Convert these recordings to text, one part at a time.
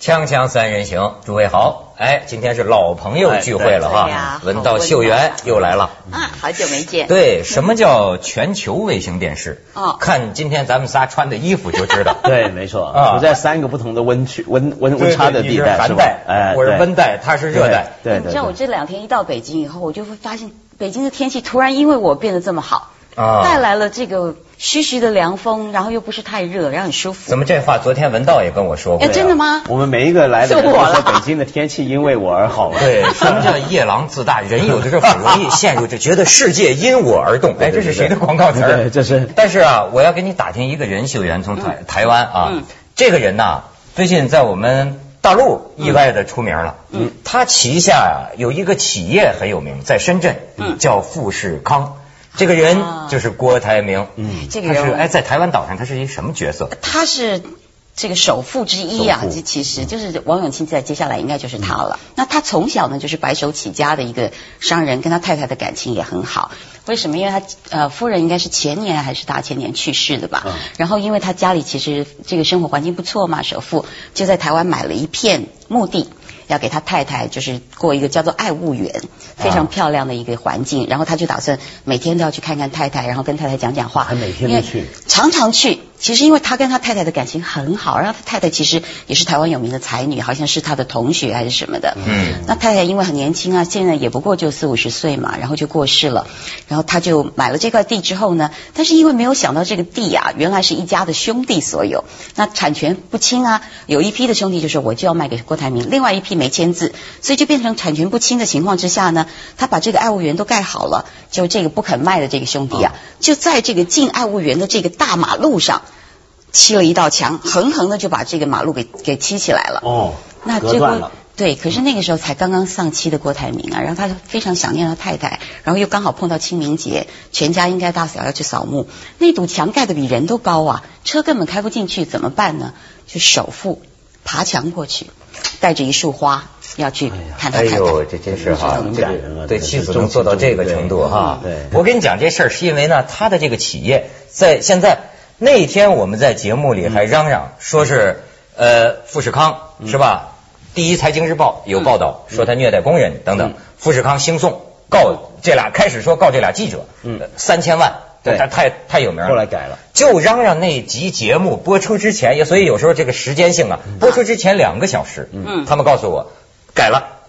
锵锵三人行，诸位好，哎，今天是老朋友聚会了哎对哈呀，文道秀好媛温暖又来了。啊，好久没见。对，什么叫全球卫星电视？哦看今天咱们仨穿的衣服就知道 。 对，没错，啊处在三个不同的温区、温温对温差的对你地是带，寒是吧哎带，我是对温带，他是热带。对哎你对知道我对，这两天一到北京以后，我就会发现北京的天气突然因为我变得这么好，啊带来了这个徐徐的凉风，然后又不是太热，然后很舒服。怎么这话昨天文道也跟我说过哎，呀？真的？吗？啊我们每一个来 的人就都我说了北京的天气因为我而好。对，什么 叫夜郎自大？人有的时候很容易陷入，就觉得世界因我而动。哎，这是谁的广告词儿？对这是但是啊，我要给你打听一个人，秀媛从台、台湾啊，嗯这个人呐、最近在我们大陆嗯意外的出名了。嗯，他旗下啊有一个企业很有名，在深圳，嗯叫富士康。这个人啊就是郭台铭。嗯这个他是哎，人，在台湾岛上他是一什么角色？他是。这个首富之一啊首，富这其实就是王永庆，在接下来应该就是他了。那他从小呢就是白手起家的一个商人，跟他太太的感情也很好。为什么？因为他呃夫人应该是前年还是大前年去世的吧。嗯然后因为他家里其实这个生活环境不错嘛，首富就在台湾买了一片墓地。要给他太太就是过一个叫做爱物园，非常漂亮的一个环境。然后他就打算每天都要去看看太太，然后跟太太讲讲话。啊还每天都因为去常常去。其实因为他跟他太太的感情很好，然后他太太其实也是台湾有名的才女，好像是他的同学还是什么的。嗯那太太因为很年轻啊，现在也不过就四五十岁嘛，然后就过世了。然后他就买了这块地之后呢，但是因为没有想到这个地啊，原来是一家的兄弟所有，那产权不清啊。有一批的兄弟就说我就要卖给郭台铭，另外一批没签字，所以就变成产权不清的情况之下呢，他把这个爱物园都盖好了，就这个不肯卖的这个兄弟啊，就在这个进爱物园的这个大马路上。砌了一道墙，横横的就把这个马路给给砌起来了。哦，那隔这断个了。对，可是那个时候才刚刚丧妻的郭台铭啊，然后他就非常想念他太太，然后又刚好碰到清明节，全家应该大小要去扫墓，那堵墙盖的比人都高啊，车根本开不进去，怎么办呢？就首富爬墙过去，带着一束花要去看他哎太太。呦，这真是哈这，很这感个人啊对这个妻子重能做到这个程度哈。对我跟你讲这事儿，是因为呢，他的这个企业在现在那天我们在节目里嗯还嚷嚷说是呃富士康是吧？第一财经日报有报道说他虐待工人等等嗯，富士康兴讼告这俩，开始说告这俩记者，呃嗯三千万，对他太太有名了。后来改了，就嚷嚷那集节目播出之前，也所以有时候这个时间性啊，嗯播出之前两个小时，嗯他们告诉我改了，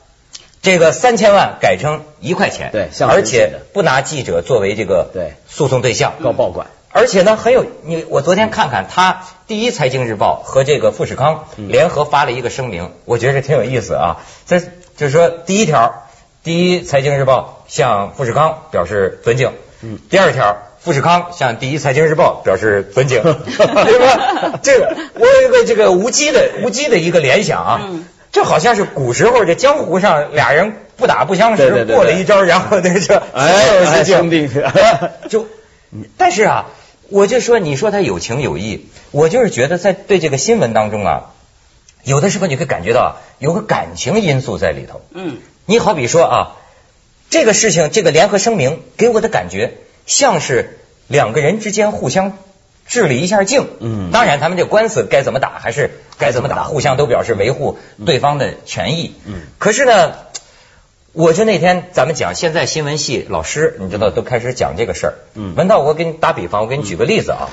这个三千万改成一块钱，对像而人且似的不拿记者作为这个对诉讼对象，告报馆。而且呢很有你，我昨天看看他第一财经日报和这个富士康嗯联合发了一个声明，我觉得挺有意思啊，这就是说第一条，第一财经日报向富士康表示尊敬，嗯第二条，富士康向第一财经日报表示尊敬， 对吧？这个我有一个这个无稽的无稽的一个联想啊，嗯这好像是古时候这江湖上俩人不打不相识，对对对对过了一招，然后那这哎所有事情哎兄弟啊就，但是啊，我就说你说他有情有义，我就是觉得在对这个新闻当中啊，有的时候你会感觉到啊有个感情因素在里头。嗯，你好比说啊，这个事情，这个联合声明给我的感觉像是两个人之间互相治理一下境。嗯当然，他们这官司该怎么打还是该怎么打，互相都表示维护对方的权益。嗯可是呢，我就那天咱们讲，现在新闻系老师你知道都开始讲这个事儿。嗯文道，我给你打比方，我给你举个例子啊。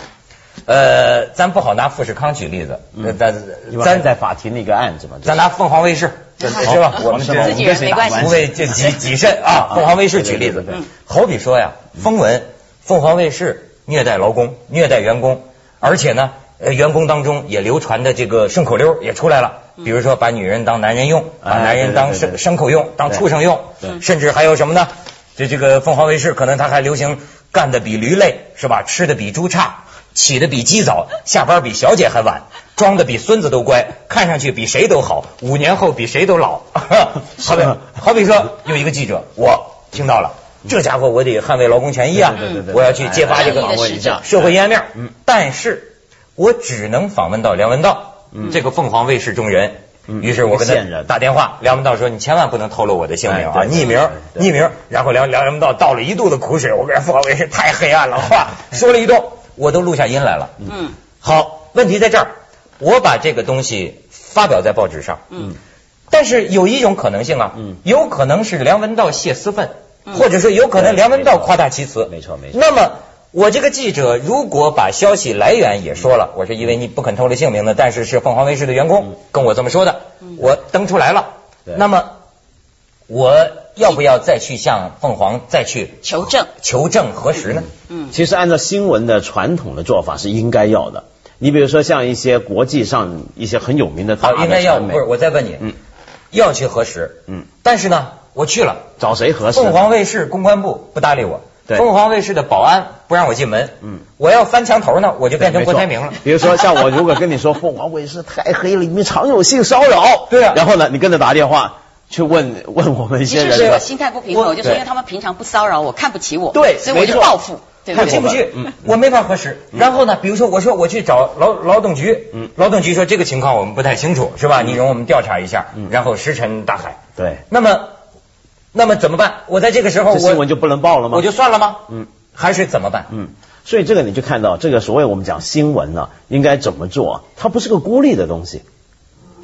呃，咱不好拿富士康举例子，呃咱因为还咱在法庭那个案子嘛，咱拿凤凰卫视对是吧？好我们是这吧自己人没关系不为这 己己身啊，啊凤凰卫视举例子对对对对，好比说呀，风闻凤凰卫视虐待劳工、虐待员工，而且呢，呃，员工当中也流传的这个顺口溜也出来了，比如说把女人当男人用，把男人当嗯哎对对对牲对牲口用，当畜生用，对甚至还有什么呢？这这个凤凰卫视可能它还流行干的比驴累是吧？吃的比猪差，起的比鸡早，下班比小姐还晚，装的比孙子都乖，看上去比谁都好，五年后比谁都老。 好比是吗好比说有一个记者，我听到了，这家伙我得捍卫劳工权益啊对对对对，对我要去揭发这哎个哎哎社会颜面。嗯但是我只能访问到梁文道，嗯这个凤凰卫视中人。嗯于是我跟一个线他人打电话，梁文道说：“你千万不能透露我的姓名啊，哎对匿名，对对匿名。”然后梁梁文道倒了一肚子苦水，我跟凤凰卫视太黑暗了， 话说了一通，我都录下音来了。嗯，好，问题在这儿，我把这个东西发表在报纸上。嗯但是有一种可能性啊，嗯有可能是梁文道泄私愤，嗯或者说有可能梁文道夸大其词。没错没错。那么我这个记者如果把消息来源也说了，我是因为你不肯透露姓名的，但是是凤凰卫视的员工嗯跟我这么说的嗯，我登出来了。对那么我要不要再去向凤凰再去求证求证核实呢？嗯其实按照新闻的传统的做法是应该要的。你比如说像一些国际上一些很有名的好，大哦应该的要传媒不是？，我再问你，嗯要去核实，嗯，但是呢，我去了。找谁合适？凤凰卫视公关部不搭理我，对凤凰卫视的保安不让我进门，嗯我要翻墙头呢，我就对变成郭台没铭错了。比如说像我如果跟你说凤凰卫视太黑了，里面常有性骚扰，对啊然后呢，你跟着打电话去问问我们一其些实人是我的，心态不平衡，我我就说对因为他们平常不骚扰我，看不起我，对所以我就没错报复，对我太不进过对？不去嗯嗯，我没法核实。然后呢，比如说我说我去找劳劳动局嗯，劳动局说这个情况我们不太清楚，是吧？你容我们调查一下嗯，然后石沉大海。对，那么，那么怎么办？我在这个时候这新哦我闻就不能报了吗？我就算了吗？嗯还是怎么办？嗯，所以这个你就看到，这个所谓我们讲新闻呢、应该怎么做？它不是个孤立的东西，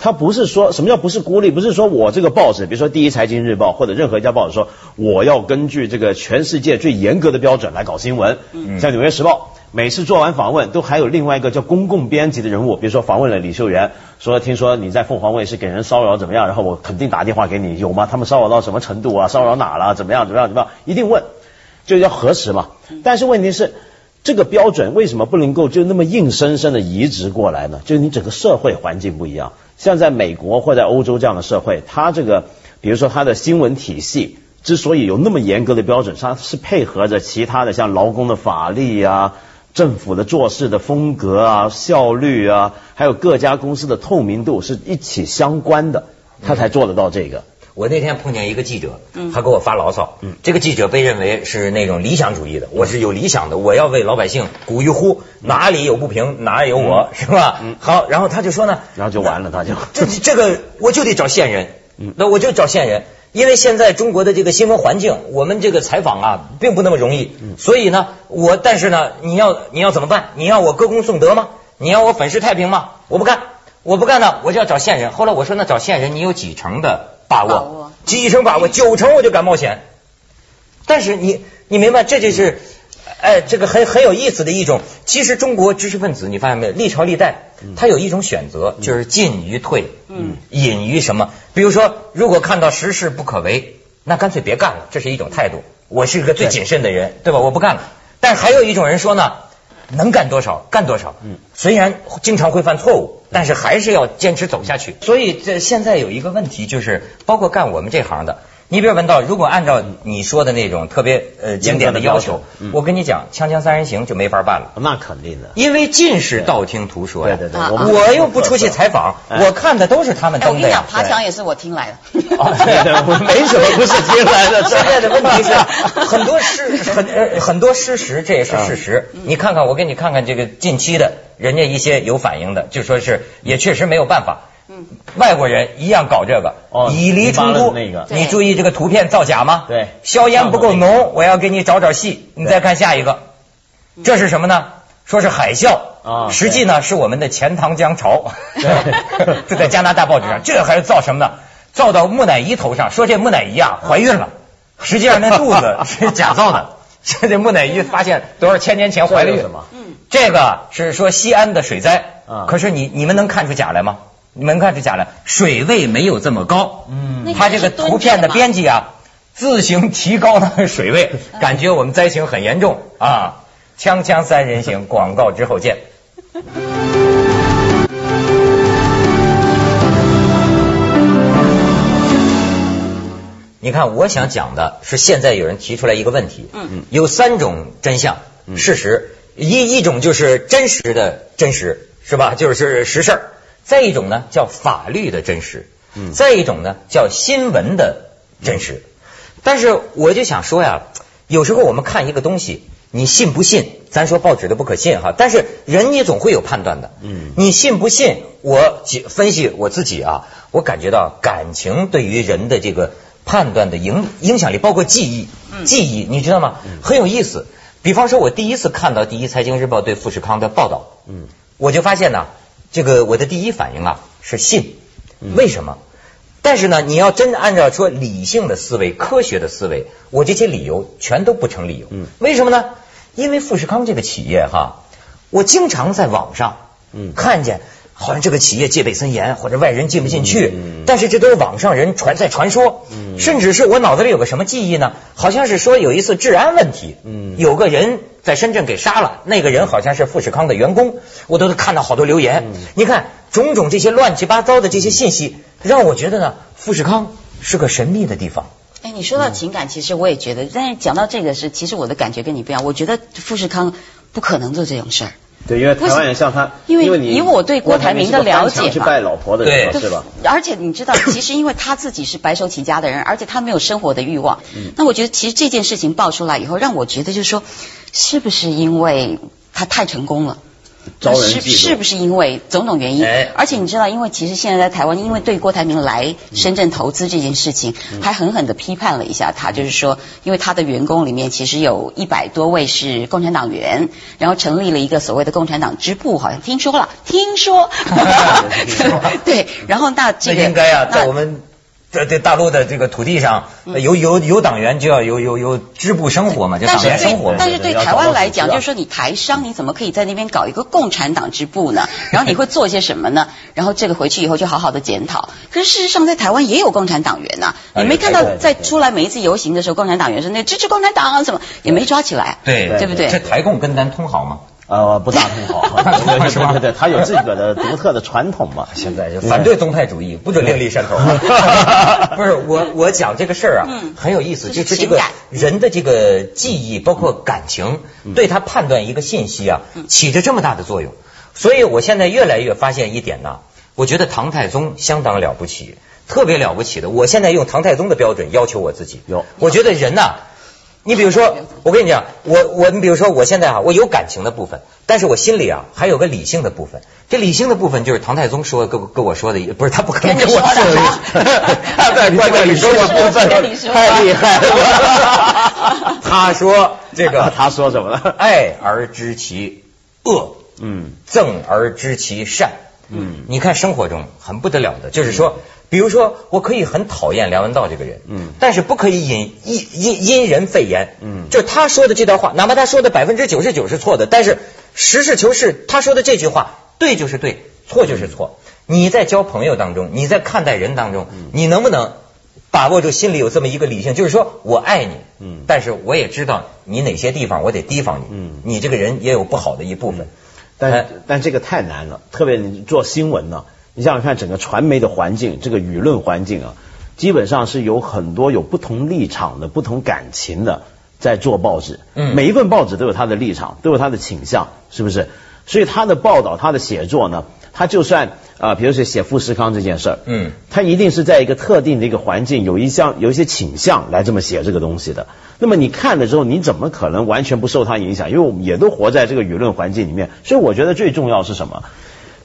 它不是说什么叫不是孤立？不是说我这个报纸，比如说第一财经日报或者任何一家报纸说，我要根据这个全世界最严格的标准来搞新闻。嗯像纽约时报每次做完访问，都还有另外一个叫公共编辑的人物，比如说访问了李秀媛，说听说你在凤凰卫视给人骚扰怎么样？然后我肯定打电话给你，有吗？他们骚扰到什么程度啊？骚扰哪了？怎么样？怎么样？怎么样？一定问。就要核实嘛。但是问题是，这个标准为什么不能够就那么硬生生的移植过来呢？就是你整个社会环境不一样，像在美国或在欧洲这样的社会，它这个比如说它的新闻体系。之所以有那么严格的标准，它是配合着其他的像劳工的法律啊、政府的做事的风格啊、效率啊，还有各家公司的透明度是一起相关的，它才做得到这个。我那天碰见一个记者，嗯他给我发牢骚。嗯这个记者被认为是那种理想主义的，我是有理想的，我要为老百姓鼓一呼，哪里有不平，哪里有我，是吧？嗯好，然后他就说呢，然后就完了，他就 这这个我就得找线人嗯，那我就找线人，因为现在中国的这个新闻环境，我们这个采访啊，并不那么容易，所以呢，我但是呢，你要你要怎么办？你要我歌功颂德吗？你要我粉饰太平吗？我不干，我不干呢，我就要找线人。后来我说，那找线人你有几成的把握？把握嗯几成把握？九成我就敢冒险。但是你你明白，这就是。哎，这个很很有意思的一种，其实中国知识分子，你发现没有，历朝历代，他有一种选择，就是进与退，嗯隐于什么？比如说，如果看到实事不可为，那干脆别干了，这是一种态度。我是一个最谨慎的人，对吧？我不干了。但还有一种人说呢，能干多少干多少，嗯虽然经常会犯错误，但是还是要坚持走下去。所以这现在有一个问题，就是包括干我们这行的，你比如文道，如果按照你说的那种特别呃经典的要求，严格的标准嗯我跟你讲，《锵锵三人行》就没法办了。那肯定的。因为尽是道听途说呀，对对对啊我们我又不出去采访，哎我看的都是他们哎，我登跟的你呀讲，。爬墙也是我听来的。 哦对对我没什 么不是嗯听来的现在的问 题是， 很多事很呃很多事实，这也是事实。你看看我给你看看这个近期的，人家一些有反应的，就说是也确实没有办法。嗯外国人一样搞这个，哦以离冲黎巴突嫩那个。你注意这个图片造假吗？对硝烟不够上面那浓，我要给你找找戏。你再看下一个，这是什么呢？说是海啸啊实际呢是我们的钱塘江 潮对，就在加拿大报纸上，这还是造什么呢？造到木乃伊头上，说这木乃伊啊怀孕了，实际上那肚 子是假造的。这这木乃伊发现多少千年前怀了孕这有什么？嗯，这个是说西安的水灾，啊可是你你们能看出假来吗？你们能看出假来，水位没有这么高。嗯他这个图片的编辑啊，自行提高了水位，感觉我们灾情很严重啊。锵锵三人行，广告之后见。你看，我想讲的是，现在有人提出来一个问题，嗯嗯有三种真相、嗯事实，一一种就是真实的真实，是吧？就是实事儿。再一种呢叫法律的真实，嗯再一种呢叫新闻的真实。但是我就想说呀，有时候我们看一个东西，你信不信？咱说报纸的不可信哈，但是人你总会有判断的。嗯你信不信？我解分析我自己啊，我感觉到感情对于人的这个判断的影影响力，包括记忆，嗯记忆你知道吗？嗯很有意思。比方说，我第一次看到《第一财经日报》对富士康的报道，嗯我就发现呢，这个我的第一反应啊，是信。嗯为什么？但是呢，你要真按照说理性的思维、科学的思维，我这些理由全都不成理由。嗯为什么呢？因为富士康这个企业哈，我经常在网上嗯看见，好像这个企业戒备森严，或者外人进不进去。嗯但是这都是网上人传在传说，嗯甚至是我脑子里有个什么记忆呢？好像是说有一次治安问题，嗯有个人在深圳给杀了，那个人好像是富士康的员工，我都看到好多留言。嗯你看种种这些乱七八糟的这些信息，让我觉得呢，富士康是个神秘的地方。哎，你嗯说到情感，其实我也觉得，但是讲到这个是，其实我的感觉跟你不一样。我觉得富士康不可能做这种事儿。对，因为台湾人像他，因为你以我对郭台铭的了解嘛郭台铭是个翻墙去拜老婆的人嘛对哎是吧？而且你 知道，其实因为他自己是白手起家的人，而且他没有生活的欲望。嗯那我觉得，其实这件事情爆出来以后，让我觉得就是说，是不是因为他太成功了？招人是嫉妒是不是因为种种原因？哎，而且你知道，因为其实现在在台湾，因为对郭台铭来深圳投资这件事情，还狠狠的批判了一下他，就是说，因为他的员工里面其实有一百多位是共产党员，然后成立了一个所谓的共产党支部，好像听说了，听说对，然后那这个那应该啊，那在我们在在大陆的这个土地上，呃嗯有有有党员就要有有有支部生活嘛，就但党是员对生活嘛。，但是对要找台到湾来组织讲，啊就是说你台商你怎么可以在那边搞一个共产党支部呢？ 然后你会做些什么呢？然后这个回去以后就好好的检讨。可是事实上，在台湾也有共产党员呐、哎你没看对到对对在出来每一次游行的时候，共产党员说那支持共产党啊什么，也没抓起来，对对不对？这台共跟咱通好吗？呃，不大很 好，对是吧对对对，他有自己的独特的传统嘛。现在就反对宗派主义，不准另立山头。 不是我，我讲这个事儿啊嗯，很有意思，就这是是这情个感人的这个记忆，包括感情，嗯嗯对他判断一个信息啊，起着这么大的作用。所以我现在越来越发现一点呢，我觉得唐太宗相当了不起，特别了不起的。我现在用唐太宗的标准要求我自己。有我觉得人呐、你比如说，我跟你讲，我我你比如说，我现在啊，我有感情的部分，但是我心里啊还有个理性的部分。这理性的部分就是唐太宗说跟我跟我说的一，不是他不可能 跟我说跟你的说的，他在关键里说我部分跟你说的太厉害了。他说这个，他说什么了？爱而知其恶，嗯憎而知其善。嗯你看生活中很不得了的，就是说，比如说，我可以很讨厌梁文道这个人，嗯但是不可以引因因因人废言，嗯就是他说的这段话，哪怕他说的百分之九十九是错的，但是实事求是，他说的这句话对就是对，错就是错。嗯你在交朋友当中，你在看待人当中，你能不能把握住心里有这么一个理性，就是说我爱你，嗯但是我也知道你哪些地方我得提防你，嗯你这个人也有不好的一部分，哎但但这个太难了，特别你做新闻呢、你想想看，整个传媒的环境，这个舆论环境啊，基本上是有很多有不同立场的、不同感情的在做报纸。嗯每一份报纸都有它的立场，都有它的倾向，是不是？所以他的报道、他的写作呢，他就算啊、呃比如说写富士康这件事儿，嗯。他一定是在一个特定的一个环境，有一项有一些倾向来这么写这个东西的。那么你看了之后，你怎么可能完全不受他影响？因为我们也都活在这个舆论环境里面，所以我觉得最重要是什么？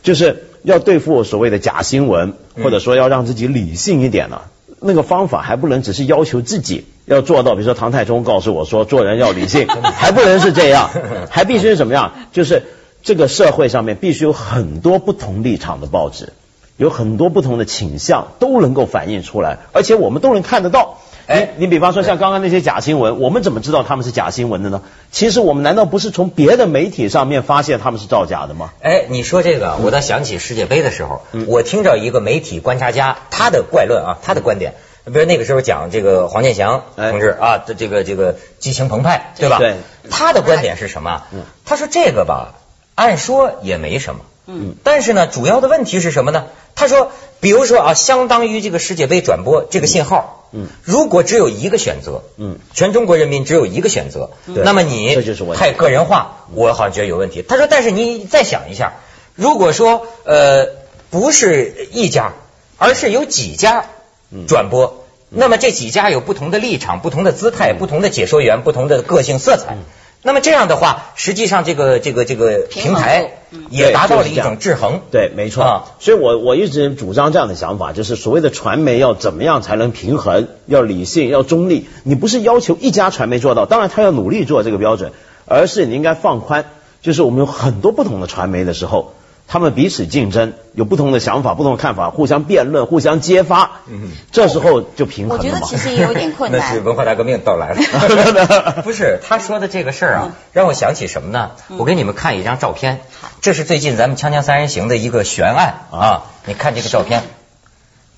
就是要对付所谓的假新闻，嗯或者说要让自己理性一点呢、啊那个方法还不能只是要求自己要做到，比如说唐太宗告诉我说做人要 理性，还不能是这样，还必须是怎么样？就是这个社会上面必须有很多不同立场的报纸，有很多不同的倾向都能够反映出来，而且我们都能看得到。哎哎，你比方说像刚刚那些假新闻，我们怎么知道他们是假新闻的呢？其实我们难道不是从别的媒体上面发现他们是造假的吗？哎，你说这个，我倒想起世界杯的时候，嗯我听着一个媒体观察家他的怪论啊，他的观点，比如那个时候讲这个黄健翔哎同志啊，这这个这个激情澎湃，对吧？对。他的观点是什么啊嗯？他说这个吧，按说也没什么，嗯，但是呢，主要的问题是什么呢？他说，比如说啊，相当于这个世界杯转播这个信号，嗯如果只有一个选择，嗯，全中国人民只有一个选择，对那么你这就是问题太个人化，我好像觉得有问题。他说，但是你再想一下，如果说呃不是一家，而是有几家嗯嗯转播，那么这几家有不同的立场、不同的姿态、不同的解说员、不同的个性色彩。那么这样的话，实际上这个这个这个平平衡台嗯也达到了一对就是这种样制衡。对，没错。啊所以我我一直主张这样的想法，就是所谓的传媒要怎么样才能平衡，要理性，要中立。你不是要求一家传媒做到，当然他要努力做这个标准，而是你应该放宽，就是我们有很多不同的传媒的时候。他们彼此竞争，有不同的想法、不同的看法，互相辩论、互相揭发，嗯这时候就平衡我觉了得嘛其。实也有点困那是难。文化大革命到来了。不是，他说的这个事儿啊，让我想起什么呢？我给你们看一张照片，这是最近咱们《锵锵三人行》的一个悬案啊。你看这个照片，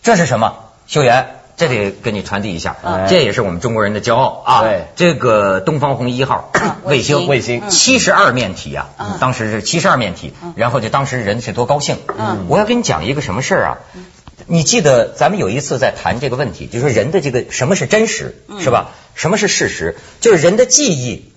这是什么？秀媛，这得跟你传递一下，嗯这也是我们中国人的骄傲啊对。这个东方红一号 啊卫星，卫星嗯七十二面体啊嗯，当时是七十二面体，然后就当时人是多高兴。嗯我要跟你讲一个什么事儿啊？你记得咱们有一次在谈这个问题，就说人的这个什么是真实，是吧？什么是事实？就是人的记忆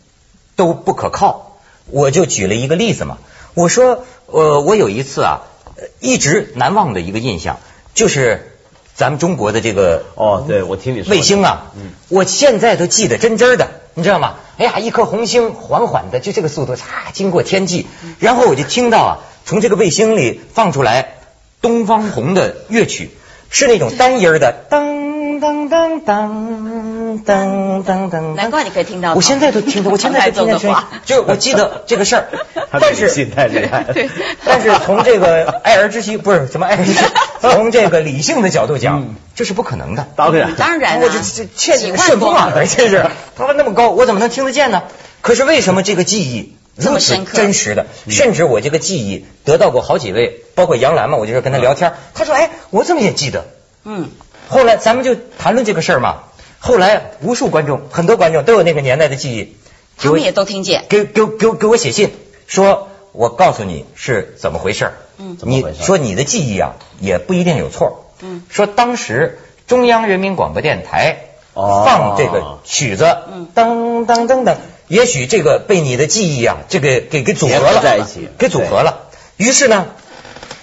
都不可靠。我就举了一个例子嘛，我说，呃，我有一次啊，呃一直难忘的一个印象，就是咱们中国的这个哦，对，我听你说，卫星啊，我现在都记得真真儿的，你知道吗？哎呀，一颗红星缓缓的就这个速度，嚓经过天际，然后我就听到啊，从这个卫星里放出来东方红的乐曲，是那种单音儿的，当当当当当当当。难怪你可以听到它。我现在都听到，我现在都听刚才到走的 声音话，就是我记得这个事儿 他 但比是你信太厉害了。哎对 但是从这 个爱而知心不是什么爱而知心，从这个理性的角度嗯讲，这是不可能的。当然，当然啊我这这欠几你万顺风耳多，啊真是。 他们那么高，我怎么能听得见呢？可是为什么这个记忆这如么此深刻嗯真实的？甚至我这个记忆得到过好几位，包括杨澜嘛，我就是跟他聊天，他说：“哎，我怎么也记得？”嗯，后来咱们就谈论这个事儿嘛。后来无数观众，很多观众都有那个年代的记忆，他们也都听见。给给给给我写信说，我告诉你是怎么回事儿。嗯怎么你回事说你的记忆啊，也不一定有错。嗯，说当时中央人民广播电台哦放这个曲子，嗯噔噔噔噔，也许这个被你的记忆啊，这个给给组合结合了，在一起给组合了。于是呢，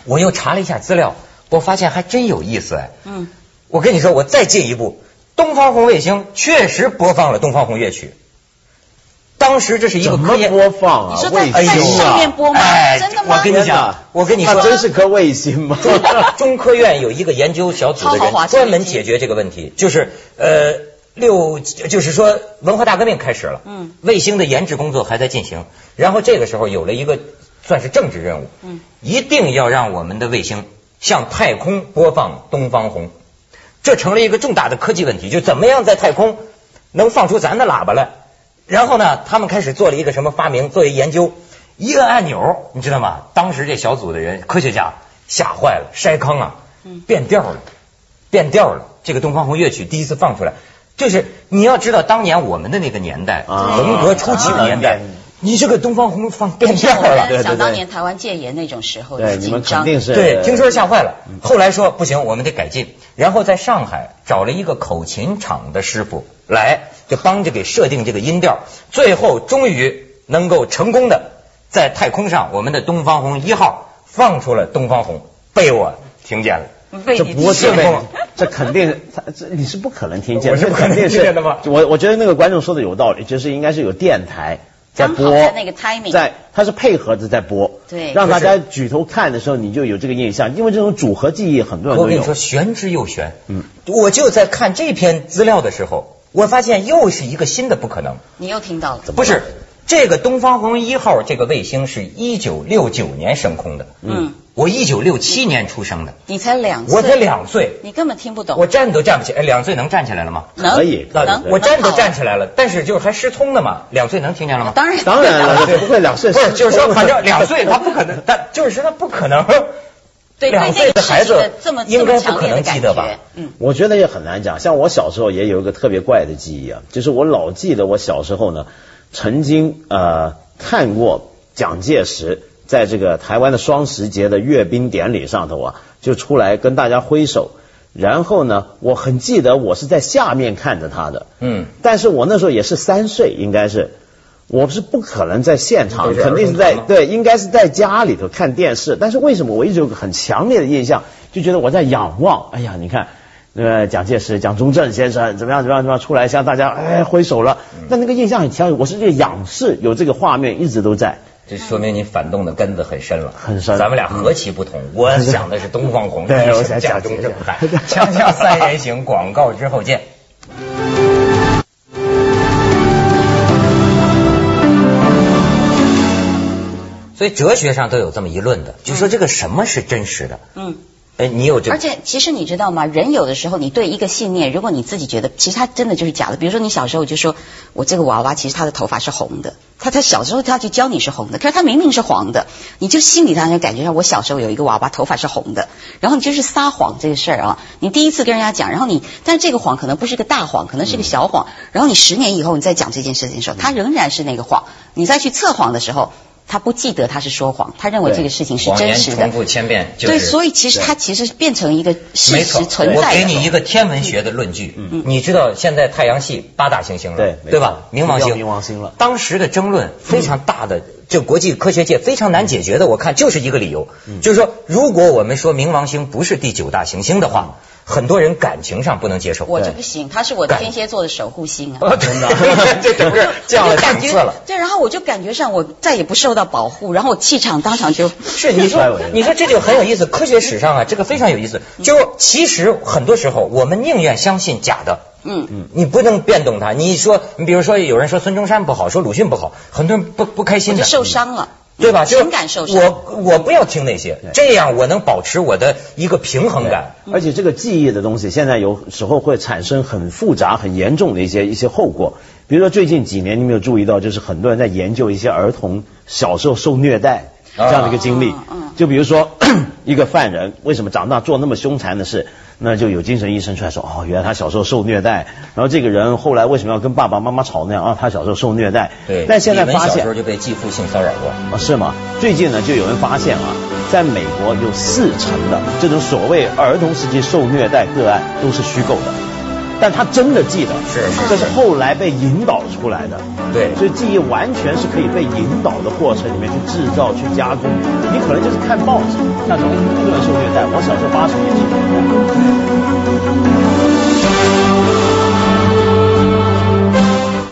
我又查了一下资料，我发现还真有意思哎。嗯，我跟你说，我再进一步，东方红卫星确实播放了东方红乐曲。当时这是一个怎科么研，播放你啊说？在卫哎呦在星上啊面！播吗？哎真的吗？我跟你天讲哪，我跟你那说，真是颗卫星 吗？中中科院有一个研究小组的超豪华人专门解决这个问题，就是呃六，就是说文化大革命开始了，嗯，卫星的研制工作还在进行，然后这个时候有了一个算是政治任务，嗯，一定要让我们的卫星向太空播放东方红，这成了一个重大的科技问题，就怎么样在太空能放出咱的喇叭来？然后呢，他们开始做了一个什么发明，做一研究，一个按钮，你知道吗？当时这小组的人，科学家吓坏了，筛糠啊嗯， 变调了，变调了。这个东方红乐曲第一次放出来，就是你要知道，当年我们的那个年代，啊文革初期的年代啊，你这个东方红放变调像我了。对对们想当对年台湾戒严那种时候对，的你们紧肯张，定是对，听说吓坏了。后来说不行，我们得改进。然后在上海找了一个口琴厂的师傅来，就帮着给设定这个音调。最后终于能够成功的在太空上，我们的东方红一号放出了东方红，被我听见了。被这你不听是信见被了吗被， 这肯定，他这你是不可能听见，我是不可能这肯定是听见的吗我我觉得那个观众说的有道理，就是应该是有电台在刚好播，在那个 timing，在它是配合着在播，对让大家就举头看的时候你就有这个印象，因为这种组合记忆很多人我都跟你说，有。玄之又玄。嗯我就在看这篇资料的时候，我发现又是一个新的不可能。你又听到了，不是，这个东方红一号这个卫星是一九六九年升空的，嗯，我一九六七年出生的。你才两岁，我才，两岁，你根本听不懂，我站都站不起。哎，两岁能站起来了吗？能可以那哦能，我站能都跑站起来了，但是就是还失聪的嘛。两岁能听见了吗？当然当然了，对这不会两岁，不是，就是说，反正两岁他不可能，但就是说他不可能。 对对两岁这个的事孩情子的这么应这该么不强可烈的能感记得吧觉，嗯，我觉得也很难讲。像我小时候也有一个特别怪的记忆啊，就是我老记得我小时候呢，曾经呃看过蒋介石在这个台湾的双十节的阅兵典礼上头啊，就出来跟大家挥手。然后呢，我很记得我是在下面看着他的，嗯，但是我那时候也是三岁，应该是，我是不可能在现都场，是肯定是儿在童堂嘛对，应该是在家里头看电视。但是为什么我一直有个很强烈的印象，就觉得我在仰望？哎呀，你看，呃，蒋介石、蒋中正先生怎么样怎么样怎么样出来向大家哎挥手了，但那个印象很强烈，我是这个仰视，有这个画面一直都在。这说明你反动的根子很深了，很深嗯咱们俩何其不同！我想的是东方红，对你是我想蒋讲中这正个 派，锵锵三人行，广告之后见。所所以哲学上都有这么一论的，就说这个什么是真实的？嗯。哎，你有这而且，其实你知道吗？人有的时候，你对一个信念，如果你自己觉得，其实它真的就是假的。比如说，你小时候就说，我这个娃娃其实他的头发是红的，他他小时候他就教你是红的，可是他明明是黄的，你就心里当然感觉到我小时候有一个娃娃头发是红的，然后你就是撒谎这个事儿啊。你第一次跟人家讲，然后你，但是这个谎可能不是个大谎，可能是个小谎。然后你十年以后你再讲这件事情的时候，它仍然是那个谎。你再去测谎的时候，他不记得他是说谎，他认为这个事情是谎真言实重的。复千遍，就是对，所以其实它其实变成一个事没错实，存我在的。给你一个天文学的论据，你知道现在太阳系八大行星了，嗯对对吧？没冥错王星，要冥王星了当时的争论非常大的，这国际科学界非常难解决的，我看就是一个理由，嗯就是说，如果我们说冥王星不是第九大行星的话，很多人感情上不能接受。嗯我就对不行，他是我干天蝎座的守护星啊。啊， 真的，这整 个降了我就档感觉次了。对，然后我就感觉上我再也不受到保护，然后我气场当场就是你太伟说了，你说这就很有意思。科学史上啊，这个非常有意思。嗯就是其实很多时候，我们宁愿相信假的，嗯，你不能变动它。你说，你比如说，有人说孙中山不好，说鲁迅不好，很多人不不开我心就的，受伤了，嗯对吧？就是情感受伤。我我不要听那些，这样我能保持我的一个平衡感。而且这个记忆的东西，现在有时候会产生很复杂、很严重的一些一些后果。比如说最近几年，你有没有注意到，就是很多人在研究一些儿童小时候受虐待这样的一个经历啊嗯。就比如说 一个犯人为什么长大做那么凶残的事，那就有精神医生出来说，哦，原来他小时候受虐待。然后这个人后来为什么要跟爸爸妈妈吵那样啊？他小时候受虐待。对，但现在李玟发小现时候就被继父性骚扰过。啊，是吗？最近呢，就有人发现啊，在美国有四成的这种所谓儿童时期受虐待个案都是虚构的，但他真的记得，是是这是后来被引导出来的。对所以记忆完全是可以被引导的过程里面去制造、去加工。你可能就是看报纸，像什么个人受虐待，我小时候八十年级。